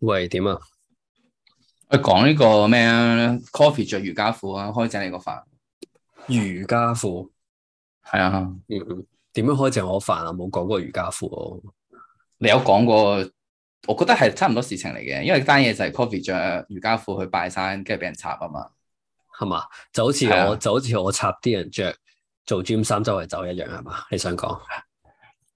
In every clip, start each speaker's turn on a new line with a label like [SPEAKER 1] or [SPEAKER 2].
[SPEAKER 1] 喂，點啊？
[SPEAKER 2] 我講呢個咩啊？Coffee 着瑜伽褲啊，開正你個飯。
[SPEAKER 1] 瑜伽褲，
[SPEAKER 2] 係啊，
[SPEAKER 1] 嗯嗯，點樣開正我飯啊？冇講過瑜伽褲喎。
[SPEAKER 2] 你有講過，我覺得係差唔多事情嚟嘅，因為單嘢就係 Coffee 着瑜伽褲去拜山，跟住俾人插啊嘛。
[SPEAKER 1] 係嘛？就好似
[SPEAKER 2] 係啊
[SPEAKER 1] 我就好似我插啲人着做 gym 衫周圍走一樣係嘛？你想 講？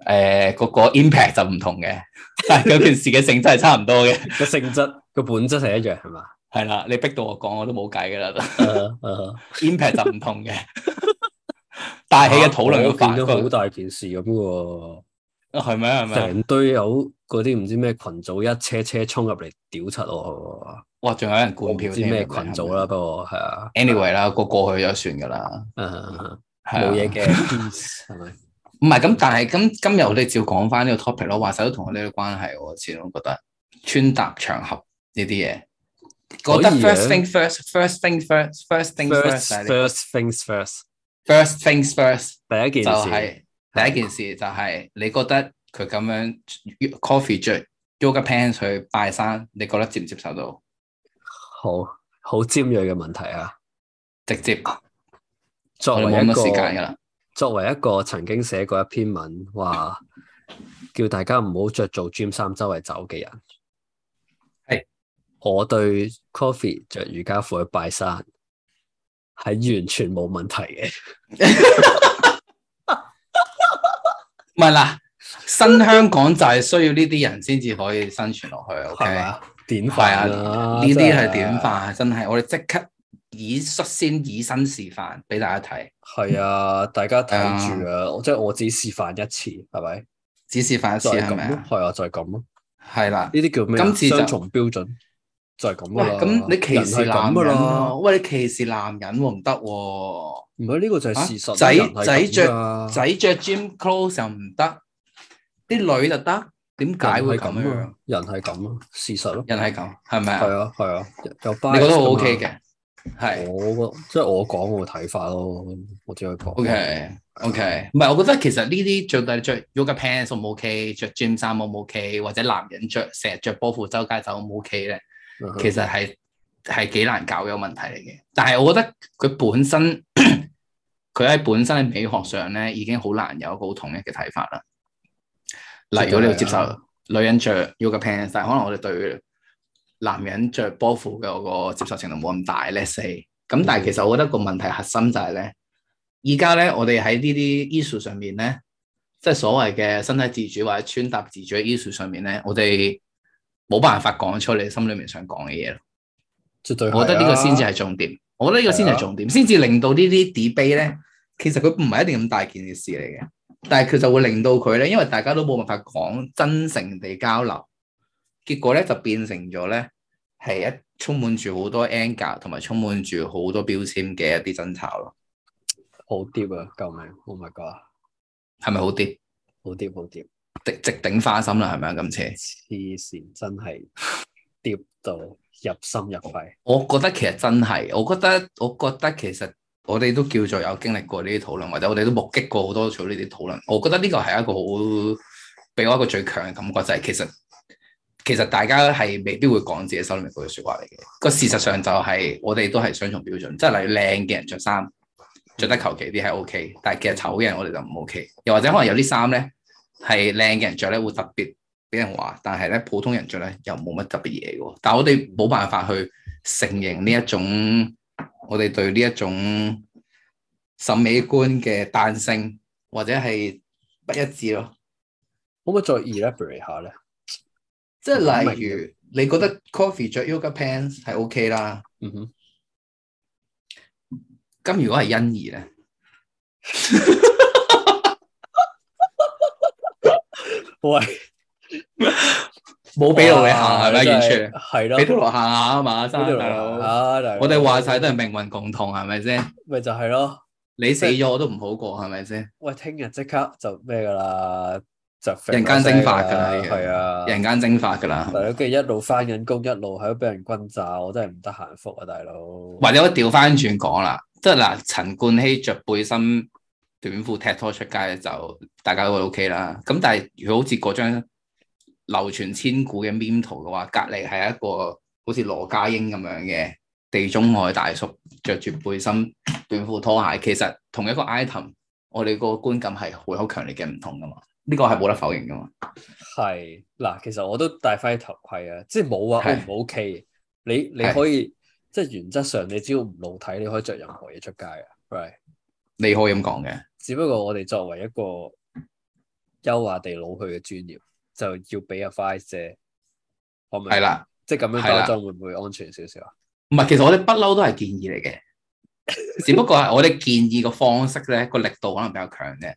[SPEAKER 2] 誒、個個 impact 就唔同嘅，但係嗰件事嘅性質係差唔多嘅。
[SPEAKER 1] 個性質個本質係一樣係嘛？
[SPEAKER 2] 係啦，你逼到我講我都冇計噶啦
[SPEAKER 1] 誒誒
[SPEAKER 2] ，impact 就唔同嘅。帶起嘅討論
[SPEAKER 1] 啊我
[SPEAKER 2] 嘅
[SPEAKER 1] 見到好
[SPEAKER 2] 範
[SPEAKER 1] 大件事咁喎，
[SPEAKER 2] 係咪啊係咪啊？
[SPEAKER 1] 成堆友嗰啲唔知咩群組一車車衝入嚟屌柒我喎，
[SPEAKER 2] 哇，仲有人
[SPEAKER 1] 我
[SPEAKER 2] 灌
[SPEAKER 1] 唔
[SPEAKER 2] 票
[SPEAKER 1] 知
[SPEAKER 2] 添
[SPEAKER 1] 咩群組啦，不過係啊，
[SPEAKER 2] Anyway 啦，個過去就算噶啦，
[SPEAKER 1] 誒
[SPEAKER 2] 嗯係啊
[SPEAKER 1] 冇嘢嘅 peace 係咪？
[SPEAKER 2] 唔係咁，但係咁今日我哋照講翻呢個 topic 咯，話晒都同我呢個關係喎，我始終覺得穿搭場合呢啲嘢，覺
[SPEAKER 1] 可
[SPEAKER 2] 得
[SPEAKER 1] 以嘅啊
[SPEAKER 2] first thing first，first thing first，first thing first
[SPEAKER 1] First
[SPEAKER 2] 就係
[SPEAKER 1] first things first，
[SPEAKER 2] 你 first things first
[SPEAKER 1] 第一
[SPEAKER 2] 就
[SPEAKER 1] 件事
[SPEAKER 2] 係第一件事就係你覺得佢咁樣 coffee 着 yoga pants 去拜山，你覺得接唔接受到？
[SPEAKER 1] 好好尖鋭嘅問題啊！
[SPEAKER 2] 直接
[SPEAKER 1] 作
[SPEAKER 2] 我哋
[SPEAKER 1] 為
[SPEAKER 2] 冇
[SPEAKER 1] 一個
[SPEAKER 2] 咁多時間㗎啦，
[SPEAKER 1] 作為一個曾經寫過一篇文話， 叫大家唔好着做 gym 衫周圍走嘅人，
[SPEAKER 2] 係
[SPEAKER 1] 我對 coffee 着瑜伽褲去拜山係完全冇問題嘅。
[SPEAKER 2] 唔係啦，新香港就係需要呢啲人先至可以生存落去，OK
[SPEAKER 1] 係。嘛？典範
[SPEAKER 2] 係啊，
[SPEAKER 1] 啦，
[SPEAKER 2] 呢啲
[SPEAKER 1] 真
[SPEAKER 2] 係典。範，真係我哋即刻以率先以身示範俾大家睇，
[SPEAKER 1] 係啊，大家睇住啊，我即係我只示範一次，係咪？
[SPEAKER 2] 只示範一次
[SPEAKER 1] 就係
[SPEAKER 2] 係咪
[SPEAKER 1] 咁咯
[SPEAKER 2] 啊，？
[SPEAKER 1] 係啊，就係咁咯。
[SPEAKER 2] 係啦。
[SPEAKER 1] 呢啲叫咩啊？
[SPEAKER 2] 今次就
[SPEAKER 1] 雙重標準就係咁
[SPEAKER 2] 喂
[SPEAKER 1] 噶，啦。
[SPEAKER 2] 咁你歧視
[SPEAKER 1] 人係
[SPEAKER 2] 男
[SPEAKER 1] 咁㗎
[SPEAKER 2] 人
[SPEAKER 1] 啦
[SPEAKER 2] 啊？？喂，你歧視男人喎，唔得喎。
[SPEAKER 1] 唔係呢個就係
[SPEAKER 2] 啊
[SPEAKER 1] 事實啦。
[SPEAKER 2] 仔
[SPEAKER 1] 人係咁啊
[SPEAKER 2] 仔着
[SPEAKER 1] 㗎
[SPEAKER 2] 仔着 gym clothes 又唔得，啲女就得，點解會咁樣？
[SPEAKER 1] 啊？人係咁啊，事實咯。
[SPEAKER 2] 人係咁，係咪
[SPEAKER 1] 係
[SPEAKER 2] 啊？
[SPEAKER 1] 啊，係啊，有 b
[SPEAKER 2] 你覺得我 OK 嘅？
[SPEAKER 1] 哦
[SPEAKER 2] 係。
[SPEAKER 1] 我覺即係我講我嘅睇法咯，我只可以講。
[SPEAKER 2] O K O K，唔係，我覺得其實呢啲着底着 yoga pants 我唔 O K，着 gym 衫我唔 O K，或者男人着成日着波褲周街走我唔 O K 咧，
[SPEAKER 1] 嗯哼
[SPEAKER 2] 其實係係幾難搞嘅問題嚟嘅。但係我覺得佢本身佢喺本身喺美學上咧已經好難有一個好統一嘅睇法啦。例如你要接
[SPEAKER 1] 絕對係啊
[SPEAKER 2] 受女人着 yoga pants，但係可能我哋對男人着波褲嘅嗰個接受程度冇咁大咧，四咁但
[SPEAKER 1] 嗯
[SPEAKER 2] 係其實我覺得個問題核心就係咧，而家咧我哋喺呢啲 issue 上面咧，即係所謂嘅身體自主或者穿搭自主嘅 issue 上面咧，我哋冇辦法講出你心裏面想講嘅嘢咯。
[SPEAKER 1] 絕對係啊。啊
[SPEAKER 2] 我覺得呢個先至係重點，我覺得呢個先至係重點，先至令到呢啲 debate 咧，其實佢唔係一定咁大件嘅事嚟嘅，但係佢就會令到佢咧，因為大家都冇辦法講真誠地交流，結果咧就變成咗咧係一充滿住好多 anger 同埋充滿住好多標籤嘅一啲爭吵咯，
[SPEAKER 1] 好啲啊！救命！Oh my god！
[SPEAKER 2] 係咪好啲？
[SPEAKER 1] 好啲好啲，
[SPEAKER 2] 直直頂花心啦，係咪啊？今次
[SPEAKER 1] 黐線真係 跌到入心入肺。
[SPEAKER 2] 我覺得其實真係，我覺得我覺得其實我哋都叫做有經歷過呢啲討論，或者我哋都目擊過好多組呢啲討論。我覺得呢個係一個好俾我一個最強嘅感覺，就係、其實其實大家係未必會講自己心裏面嗰句説話嚟嘅。個事實上就係、我哋都係雙重標準，即係例如靚嘅人着衫着得求其啲係 OK，但係其實醜嘅人我哋就唔 OK。又或者可能有啲衫咧係靚嘅人着咧會特別俾人話，但係咧普通人着咧又冇乜特別嘢嘅喎。但係我哋冇辦法去。承認呢一種我哋對呢一種審美觀嘅彈性或者係不一致咯。
[SPEAKER 1] 可唔可以再 elaborate 下咧？
[SPEAKER 2] 即係
[SPEAKER 1] 明
[SPEAKER 2] 例如你覺得 coffee 着 yoga pants 係 OK 啦，
[SPEAKER 1] 嗯哼，
[SPEAKER 2] 咁如果係欣宜咧，
[SPEAKER 1] 喂，
[SPEAKER 2] 冇俾到你行係咪件事？
[SPEAKER 1] 係咯，
[SPEAKER 2] 俾到落下啊嘛，
[SPEAKER 1] 俾
[SPEAKER 2] 真
[SPEAKER 1] 到
[SPEAKER 2] 係
[SPEAKER 1] 落
[SPEAKER 2] 大佬。
[SPEAKER 1] 啊！大佬
[SPEAKER 2] 我哋話晒都係命運共同係咪先？
[SPEAKER 1] 咪就係咯。
[SPEAKER 2] 你死咗我都唔好過係咪先？
[SPEAKER 1] 喂，聽日即刻就咩噶啦，就
[SPEAKER 2] 人間蒸發㗎啦已經
[SPEAKER 1] 係啊，
[SPEAKER 2] 人間蒸發㗎啦
[SPEAKER 1] 大。佬，跟住一路翻緊工，一路喺度俾人轟炸，我真係唔得閒復啊，大佬。
[SPEAKER 2] 或者我調翻轉講啦，即係嗱，陳冠希着背心短褲踢拖出街就大家都會 OK 啦。咁但係佢好似嗰張流傳千古嘅 meme 圖嘅話，隔離係一個好似羅家英咁樣嘅地中海大叔，着住背心、短褲、拖鞋，其實同一個 item，我哋個觀感係會好強烈嘅唔同噶嘛。呢個係冇得否認噶嘛。
[SPEAKER 1] 係嗱，其實我都戴翻頭盔啊，即係冇啊
[SPEAKER 2] 係
[SPEAKER 1] O 唔 O K？你你
[SPEAKER 2] 係
[SPEAKER 1] 可以即係原則上，你只要唔露體，你可以着任何嘢出街啊，right？
[SPEAKER 2] 你可以咁講嘅，
[SPEAKER 1] 只不過我哋作為一個優雅地老去嘅專業，就要俾 advice 啫，可唔可以
[SPEAKER 2] 係？啦。
[SPEAKER 1] 即係咁樣
[SPEAKER 2] 係啦
[SPEAKER 1] 包裝會唔會安全少少啊？
[SPEAKER 2] 唔係，其實我哋不嬲都係建議嚟嘅， 只不過係我哋建議個方式咧，個力度可能比較強啫。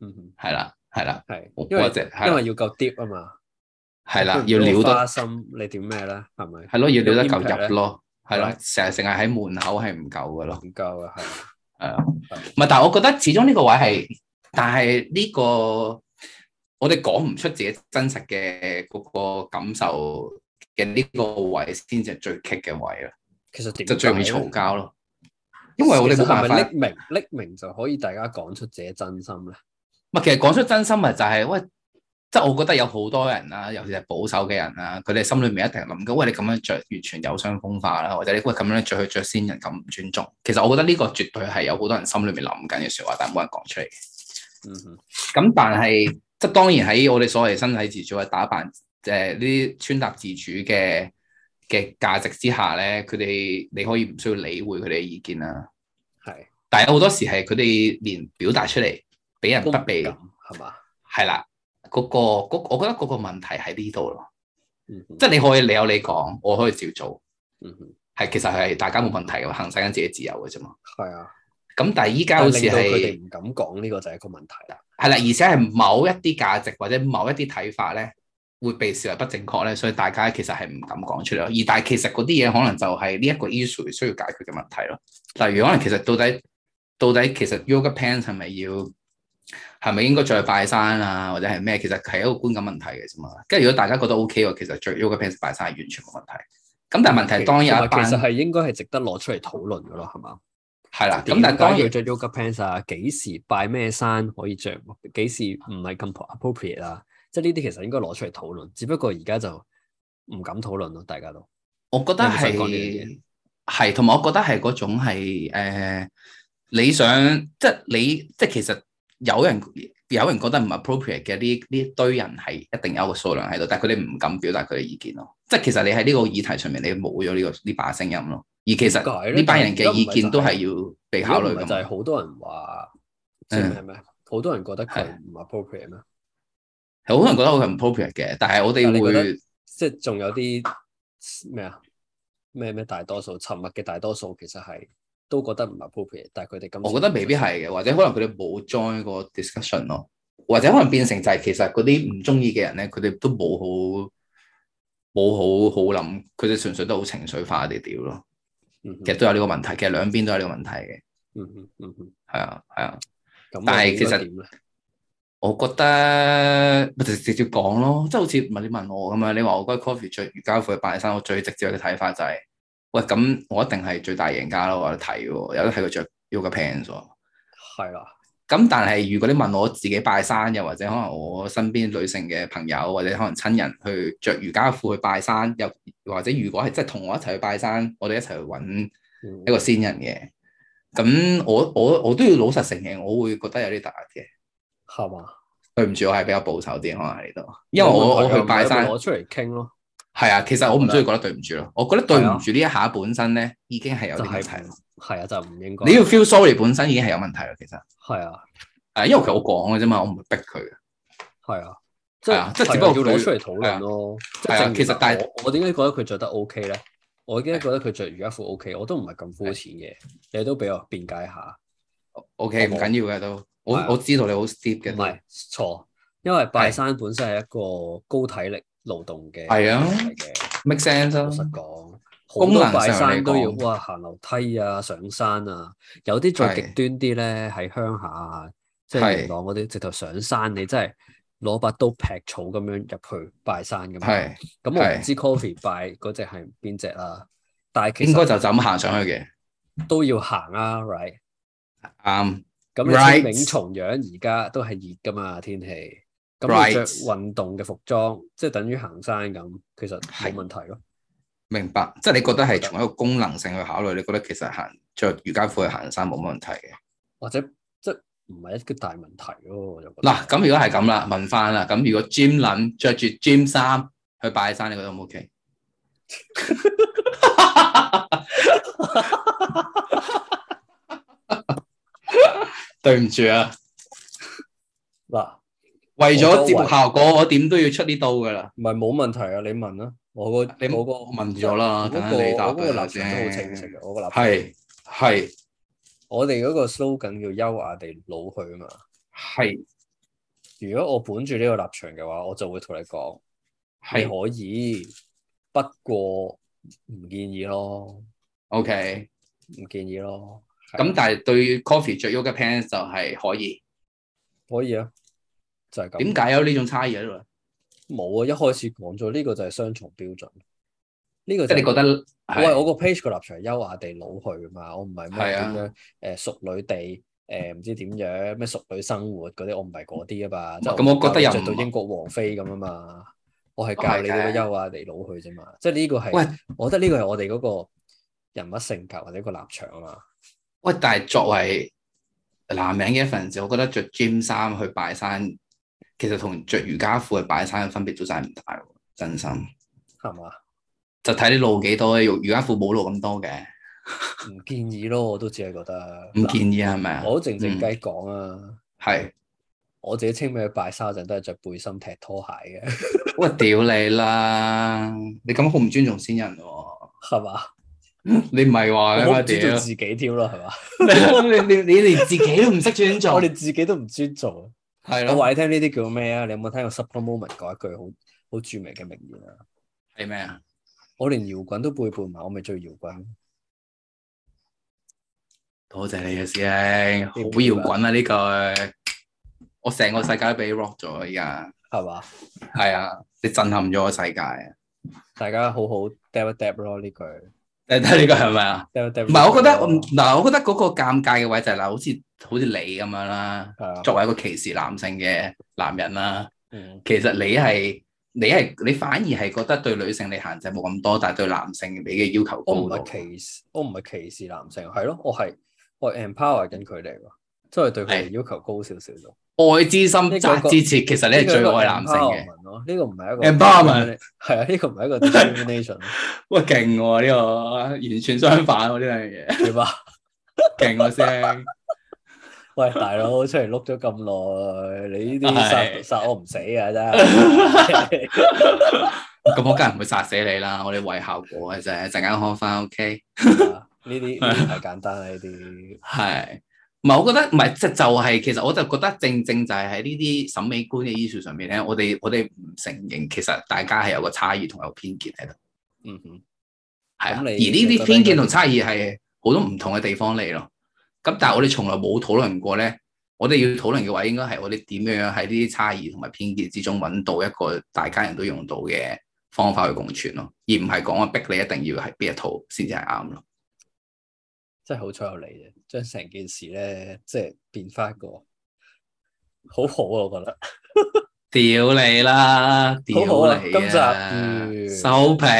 [SPEAKER 1] 嗯哼，
[SPEAKER 2] 係啦，係啦，
[SPEAKER 1] 係，因
[SPEAKER 2] 或
[SPEAKER 1] 為
[SPEAKER 2] 者係
[SPEAKER 1] 因
[SPEAKER 2] 啦
[SPEAKER 1] 為要夠 deep 啊嘛，
[SPEAKER 2] 係啦，
[SPEAKER 1] 即
[SPEAKER 2] 要
[SPEAKER 1] 係
[SPEAKER 2] 撩
[SPEAKER 1] 如果
[SPEAKER 2] 得
[SPEAKER 1] 花心，你點咩咧？係咪
[SPEAKER 2] 係咯，要撩得
[SPEAKER 1] 有 impact
[SPEAKER 2] 夠入咯，係咯，
[SPEAKER 1] Right
[SPEAKER 2] 成日成日喺門口係唔夠嘅咯。
[SPEAKER 1] 唔夠啊？係
[SPEAKER 2] 係啊，唔係，但係我覺得始終呢個位係，但係呢、個我哋講唔出自己真實嘅嗰個感受嘅呢個位，先至係最棘嘅位啦，
[SPEAKER 1] 其實點
[SPEAKER 2] 就最容易
[SPEAKER 1] 解咧
[SPEAKER 2] 嘈交咯。因為我哋冇辦
[SPEAKER 1] 其實
[SPEAKER 2] 法
[SPEAKER 1] 係咪，匿名，匿名就可以大家講出自己真心咧。
[SPEAKER 2] 唔係其實講出真心咪就係、喂，即係我覺得有好多人啦，尤其係保守嘅人啦，佢哋心裏面一定係諗緊，喂你咁樣着完全有傷風化啦，或者你喂咁樣着去着先人咁唔尊重。其實我覺得呢個絕對係有好多人心裏面諗緊嘅説話，但係冇人講出嚟。
[SPEAKER 1] 嗯哼，
[SPEAKER 2] 咁但係即係當然喺我哋所謂身體自主或者打扮誒呢啲穿搭自主嘅嘅價值之下咧，佢哋你可以唔需要理會佢哋嘅意見啦。
[SPEAKER 1] 係
[SPEAKER 2] 但係有好多時係佢哋連表達出嚟俾人不被
[SPEAKER 1] 咁係嘛？
[SPEAKER 2] 係啦，嗰、個嗰我覺得嗰個問題喺呢度咯，
[SPEAKER 1] 嗯哼
[SPEAKER 2] 即係你可以你有你講，我可以照做，
[SPEAKER 1] 嗯哼，
[SPEAKER 2] 係其實係大家冇問題嘅，行使緊自己自由嘅啫嘛。
[SPEAKER 1] 係啊，
[SPEAKER 2] 咁但係依家
[SPEAKER 1] 但
[SPEAKER 2] 好
[SPEAKER 1] 係
[SPEAKER 2] 似
[SPEAKER 1] 令到佢
[SPEAKER 2] 係
[SPEAKER 1] 哋唔敢講呢個就係一個問題啦。
[SPEAKER 2] 係啦，而且係某一啲價值或者某一啲睇法咧，會被視為不正確咧，所以大家其實係唔敢講出嚟咯。而但係其實嗰啲嘢可能就係呢一個 issue 需要解決嘅問題咯。例如可能其實到底到底其實 yoga pants 係咪要係咪應該着去拜山啊，或者係咩？其實係一個觀感問題嘅啫嘛。跟住如果大家覺得 OK 喎，其實着 yoga pants 拜山係完全冇問題。咁但係問題係當有一
[SPEAKER 1] 同埋其實
[SPEAKER 2] 班
[SPEAKER 1] 係應該係值得攞出嚟討論噶咯，係嘛？
[SPEAKER 2] 係啦，咁
[SPEAKER 1] 點
[SPEAKER 2] 但係
[SPEAKER 1] 解
[SPEAKER 2] 當然
[SPEAKER 1] 要着 yoga pants 啊？幾時拜咩山可以着？幾時唔係咁 appropriate 啊？即係呢啲其實應該攞出嚟討論，只不過而家就唔敢討論咯，大家都
[SPEAKER 2] 我覺得
[SPEAKER 1] 你係咪想講呢樣
[SPEAKER 2] 係係，同埋我覺得係嗰種係、呃、你想即係你即係其實有人有人覺得唔 appropriate 嘅呢呢堆人係一定有一個數量喺度，但係佢哋唔敢表達佢哋意見咯。即係其實你喺呢個議題上面，你冇咗呢個呢把聲音咯。而其
[SPEAKER 1] 點解
[SPEAKER 2] 實
[SPEAKER 1] 咧
[SPEAKER 2] 呢班人
[SPEAKER 1] 但
[SPEAKER 2] 嘅
[SPEAKER 1] 係
[SPEAKER 2] 意見都
[SPEAKER 1] 而家
[SPEAKER 2] 係要被
[SPEAKER 1] 而
[SPEAKER 2] 考
[SPEAKER 1] 家
[SPEAKER 2] 慮嗯
[SPEAKER 1] 唔
[SPEAKER 2] 㗎
[SPEAKER 1] 係就係
[SPEAKER 2] 嘛。
[SPEAKER 1] 好多人話，即係咩咩？好多人覺得佢唔 appropriate 咩？
[SPEAKER 2] 係好多人覺得佢唔 appropriate 嘅，但係我哋
[SPEAKER 1] 但係你覺得
[SPEAKER 2] 會
[SPEAKER 1] 即係仲有啲咩啊咩咩大多數沉默嘅大多數其實係都覺得唔 appropriate，但係佢哋咁，
[SPEAKER 2] 我覺得未必係嘅，或者可能佢哋冇 join 個 discussion 咯，或者可能變成就係其實嗰啲唔中意嘅人咧，佢哋都冇好冇好好諗，佢哋純粹都好情緒化地屌咯。
[SPEAKER 1] 嗯哼
[SPEAKER 2] 其實都有呢個問題，其實兩邊都有呢個問題嘅，
[SPEAKER 1] 嗯哼嗯哼，
[SPEAKER 2] 係啊係啊。
[SPEAKER 1] 咁
[SPEAKER 2] 但係
[SPEAKER 1] 我哋應該
[SPEAKER 2] 其實
[SPEAKER 1] 點咧？
[SPEAKER 2] 我覺得咪直直接講咯，即係好似唔係你問我咁樣，你話我覺得 coffee 着瑜伽褲去拜山，我最直接嘅睇法就係、喂咁我一定係最大贏家咯，我有得睇喎，有得睇佢着 yoga pants 喎。
[SPEAKER 1] 係啦，
[SPEAKER 2] 咁但係如果你問我自己拜山，又或者可能我身邊女性嘅朋友，或者可能親人去着瑜伽褲去拜山，又或者如果係即係同我一齊去拜山，我哋一齊去揾
[SPEAKER 1] 嗯
[SPEAKER 2] 一個先人嘅，咁我我我都要老實承認，我會覺得有啲突兀
[SPEAKER 1] 係嘛？
[SPEAKER 2] 嘅。對唔住，我係比較保守啲，可能喺呢度，因為我我去拜山
[SPEAKER 1] 攞出嚟傾咯，
[SPEAKER 2] 係啊，其實我唔需要覺得對唔住咯，我覺得對唔住呢一下本身咧已經係有
[SPEAKER 1] 啊就
[SPEAKER 2] 啲問
[SPEAKER 1] 係
[SPEAKER 2] 題咯。
[SPEAKER 1] 係啊，就唔應該。
[SPEAKER 2] 你要 feel sorry 本身已經係有問題啦，其實
[SPEAKER 1] 係啊
[SPEAKER 2] 誒，因為其實我講嘅啫嘛，我唔會逼佢嘅。
[SPEAKER 1] 係啊，
[SPEAKER 2] 係啊即係
[SPEAKER 1] 係
[SPEAKER 2] 只不過
[SPEAKER 1] 要攞
[SPEAKER 2] 佢
[SPEAKER 1] 出嚟討論咯。即
[SPEAKER 2] 係啊
[SPEAKER 1] 係正如
[SPEAKER 2] 其實但係
[SPEAKER 1] 我我點解覺得佢着得 OK 咧？我點解覺得佢着瑜伽褲 OK？我都唔係咁膚淺嘅，你都俾我辯解下。
[SPEAKER 2] O K，唔
[SPEAKER 1] 好冇
[SPEAKER 2] 緊要嘅都，我
[SPEAKER 1] 係啊
[SPEAKER 2] 我知道你好 steep
[SPEAKER 1] 唔
[SPEAKER 2] 嘅，
[SPEAKER 1] 係錯，因為拜
[SPEAKER 2] 係
[SPEAKER 1] 山本身係一個高體力勞動嘅
[SPEAKER 2] 係啊
[SPEAKER 1] 嚟嘅。
[SPEAKER 2] make sense
[SPEAKER 1] 老
[SPEAKER 2] 啊，
[SPEAKER 1] 實講，好
[SPEAKER 2] 功
[SPEAKER 1] 多
[SPEAKER 2] 能上
[SPEAKER 1] 拜嗯山都要
[SPEAKER 2] 嚟講
[SPEAKER 1] 哇行樓梯啊、上山啊，有啲再極
[SPEAKER 2] 係
[SPEAKER 1] 端啲咧，喺鄉下啊，即係
[SPEAKER 2] 係
[SPEAKER 1] 元朗嗰啲，直頭上山你真係攞把刀劈草咁樣入去拜山咁樣。
[SPEAKER 2] 係
[SPEAKER 1] 咁我唔
[SPEAKER 2] 係
[SPEAKER 1] 知 Coffee 拜嗰只係邊只啦，但係其
[SPEAKER 2] 應該
[SPEAKER 1] 實
[SPEAKER 2] 就就咁行上去嘅，
[SPEAKER 1] 都要行啊，right？
[SPEAKER 2] 啱
[SPEAKER 1] 咁你
[SPEAKER 2] Right
[SPEAKER 1] 清明重陽而家都係熱噶嘛天氣，咁你着
[SPEAKER 2] Right
[SPEAKER 1] 運動嘅服裝，即係等於行山咁，其實冇
[SPEAKER 2] 係
[SPEAKER 1] 問題咯。
[SPEAKER 2] 明白，即係你覺得係從一個功能性去考慮，你覺得其實行着瑜伽褲去行山冇乜問題嘅。
[SPEAKER 1] 或者即係唔係一個大問題咯。我就覺得
[SPEAKER 2] 嗱，咁如果係咁啦，問翻啦，咁如果 gym 撚着住 gym 衫去拜山，你覺得 O 唔 OK？對唔住啊，
[SPEAKER 1] 嗱，
[SPEAKER 2] 為咗節目效果，我點都要出呢刀噶啦。
[SPEAKER 1] 唔係冇問題啊，你問啦。我個
[SPEAKER 2] 你
[SPEAKER 1] 我個
[SPEAKER 2] 我問咗啦，
[SPEAKER 1] 我
[SPEAKER 2] 等
[SPEAKER 1] 嗰
[SPEAKER 2] 緊你
[SPEAKER 1] 個
[SPEAKER 2] 答
[SPEAKER 1] 我嗰個
[SPEAKER 2] 佢
[SPEAKER 1] 立
[SPEAKER 2] 啦
[SPEAKER 1] 場
[SPEAKER 2] 啫。
[SPEAKER 1] 都好清晰嘅，啊我個立場
[SPEAKER 2] 係係
[SPEAKER 1] 我哋嗰個 slogan 叫優雅地老去啊嘛。
[SPEAKER 2] 係
[SPEAKER 1] 如果我本住呢個立場嘅話，我就會同你講，你
[SPEAKER 2] 係
[SPEAKER 1] 可以，不過唔建議咯，
[SPEAKER 2] ，OK。
[SPEAKER 1] 唔建議咯。係
[SPEAKER 2] 咁但係對 coffee 着 yoga pants 就係可以。
[SPEAKER 1] 可以啊，就係咁。
[SPEAKER 2] 點解有呢種差異喺度咧？
[SPEAKER 1] 冇啊？一開始講咗呢個就係雙重標準，呢個就
[SPEAKER 2] 即係你
[SPEAKER 1] 係
[SPEAKER 2] 覺得
[SPEAKER 1] 喂，
[SPEAKER 2] 係
[SPEAKER 1] 我個 page 個立場係優雅地老去啊嘛，我唔係咩
[SPEAKER 2] 係
[SPEAKER 1] 點
[SPEAKER 2] 啊
[SPEAKER 1] 樣誒淑女地誒唔知點樣咩淑女生活嗰啲，我唔係嗰啲啊嘛。
[SPEAKER 2] 咁
[SPEAKER 1] 即係
[SPEAKER 2] 咁我覺得又
[SPEAKER 1] 教
[SPEAKER 2] 唔哦
[SPEAKER 1] 你着到英國王妃咁啊嘛，我係教你點樣優雅地老去啫嘛。即係呢個
[SPEAKER 2] 喂
[SPEAKER 1] 係，我覺得呢個係我哋嗰個人物性格或者個立場啊嘛。
[SPEAKER 2] 喂，但係作為男人嘅一份子，我覺得着 gym 衫去拜山，其實同着瑜伽褲去拜山嘅分別都真係唔大喎，真心。
[SPEAKER 1] 係嘛？
[SPEAKER 2] 就睇你露幾多，瑜瑜伽褲冇露咁多嘅，
[SPEAKER 1] 唔建議咯，我都只係覺得
[SPEAKER 2] 唔建議係咪啊
[SPEAKER 1] 嗱？我都靜靜雞講啊，
[SPEAKER 2] 係，
[SPEAKER 1] 我自己清明去拜山嗰陣都係着背心踢拖鞋嘅，
[SPEAKER 2] 喂屌你啦！你咁好唔尊重先人喎，
[SPEAKER 1] 係嘛？
[SPEAKER 2] 你唔係話
[SPEAKER 1] 我
[SPEAKER 2] 啊
[SPEAKER 1] 唔尊重
[SPEAKER 2] 屌
[SPEAKER 1] 自己添啦，係嘛？
[SPEAKER 2] 你你你連自己都唔識尊重
[SPEAKER 1] 我，哋自己都唔尊重。
[SPEAKER 2] 係
[SPEAKER 1] 我
[SPEAKER 2] 咯
[SPEAKER 1] 話你聽呢啲叫咩啊？你有冇聽過 Supper Moment 嗰一句好好著名嘅名言啊？
[SPEAKER 2] 係咩啊？
[SPEAKER 1] 我連搖滾都背叛埋，我咪最搖滾。
[SPEAKER 2] 多謝你啊，師兄，好搖滾啊呢句，我成個世界都俾 rock 咗而家，
[SPEAKER 1] 係嘛？
[SPEAKER 2] 係啊，你震撼咗個世界啊！
[SPEAKER 1] 大家好好 dab 一 dab 咯呢句
[SPEAKER 2] 你睇呢個係咪啊？
[SPEAKER 1] ，dab 一 dab
[SPEAKER 2] 唔係，我覺得我唔
[SPEAKER 1] 係
[SPEAKER 2] 嗱，我覺得嗰個尷尬嘅位就係嗱，好似好似你咁樣啦，
[SPEAKER 1] 啊，
[SPEAKER 2] 作為一個歧視男性嘅男人啦，
[SPEAKER 1] 嗯
[SPEAKER 2] 其實你係你係你反而係覺得對女性你限制冇咁多，但係對男性你嘅要求
[SPEAKER 1] 我唔
[SPEAKER 2] 高到，
[SPEAKER 1] 係歧視，我唔係歧視男性，係咯，我係我係 empower 緊佢哋喎，即係對佢哋
[SPEAKER 2] 係
[SPEAKER 1] 要求高少少咯。
[SPEAKER 2] 愛之深
[SPEAKER 1] 呢個
[SPEAKER 2] 責之切，其實你係最愛男
[SPEAKER 1] ờ.
[SPEAKER 2] 性嘅。
[SPEAKER 1] 嘅。咯，呢個唔係一個
[SPEAKER 2] Empowerment
[SPEAKER 1] 係啊，呢個唔 係一個 discrimination
[SPEAKER 2] 喂，勁喎呢個，完全相反喎呢樣嘢。
[SPEAKER 1] 對吧？
[SPEAKER 2] 勁我聲，
[SPEAKER 1] 喂，大佬出嚟碌咗咁耐，你呢啲殺
[SPEAKER 2] 係
[SPEAKER 1] 殺我唔死啊！真 係
[SPEAKER 2] 咁我梗係唔會殺死你啦，我哋為效果嘅啫，陣間開翻 OK，
[SPEAKER 1] 呢啲呢啲太簡單啦，呢啲
[SPEAKER 2] 係，唔係我覺得唔係，即就係、其實我就覺得正正就係喺呢啲審美觀嘅 issue 上面咧，我哋我哋唔承認其實大家係有個差異同有偏見喺度，
[SPEAKER 1] 嗯哼，
[SPEAKER 2] 係
[SPEAKER 1] 咁
[SPEAKER 2] 啊，而
[SPEAKER 1] 你
[SPEAKER 2] 呢啲偏見同差異係好多唔同嘅地方嚟咯，咁但係我哋從來冇討論過咧，我哋要討論嘅話應該係我哋點樣喺呢啲差異同埋偏見之中揾到一個大家人都用到嘅方法去共存咯，而唔係講我逼你一定要係邊一套先至係啱咯。
[SPEAKER 1] 真係好彩有你啫，將成件事咧即係變翻一個好好啊！我覺得
[SPEAKER 2] 屌你啦，屌
[SPEAKER 1] 好好啊
[SPEAKER 2] 你
[SPEAKER 1] 今集
[SPEAKER 2] 啊，
[SPEAKER 1] 嗯
[SPEAKER 2] 收皮。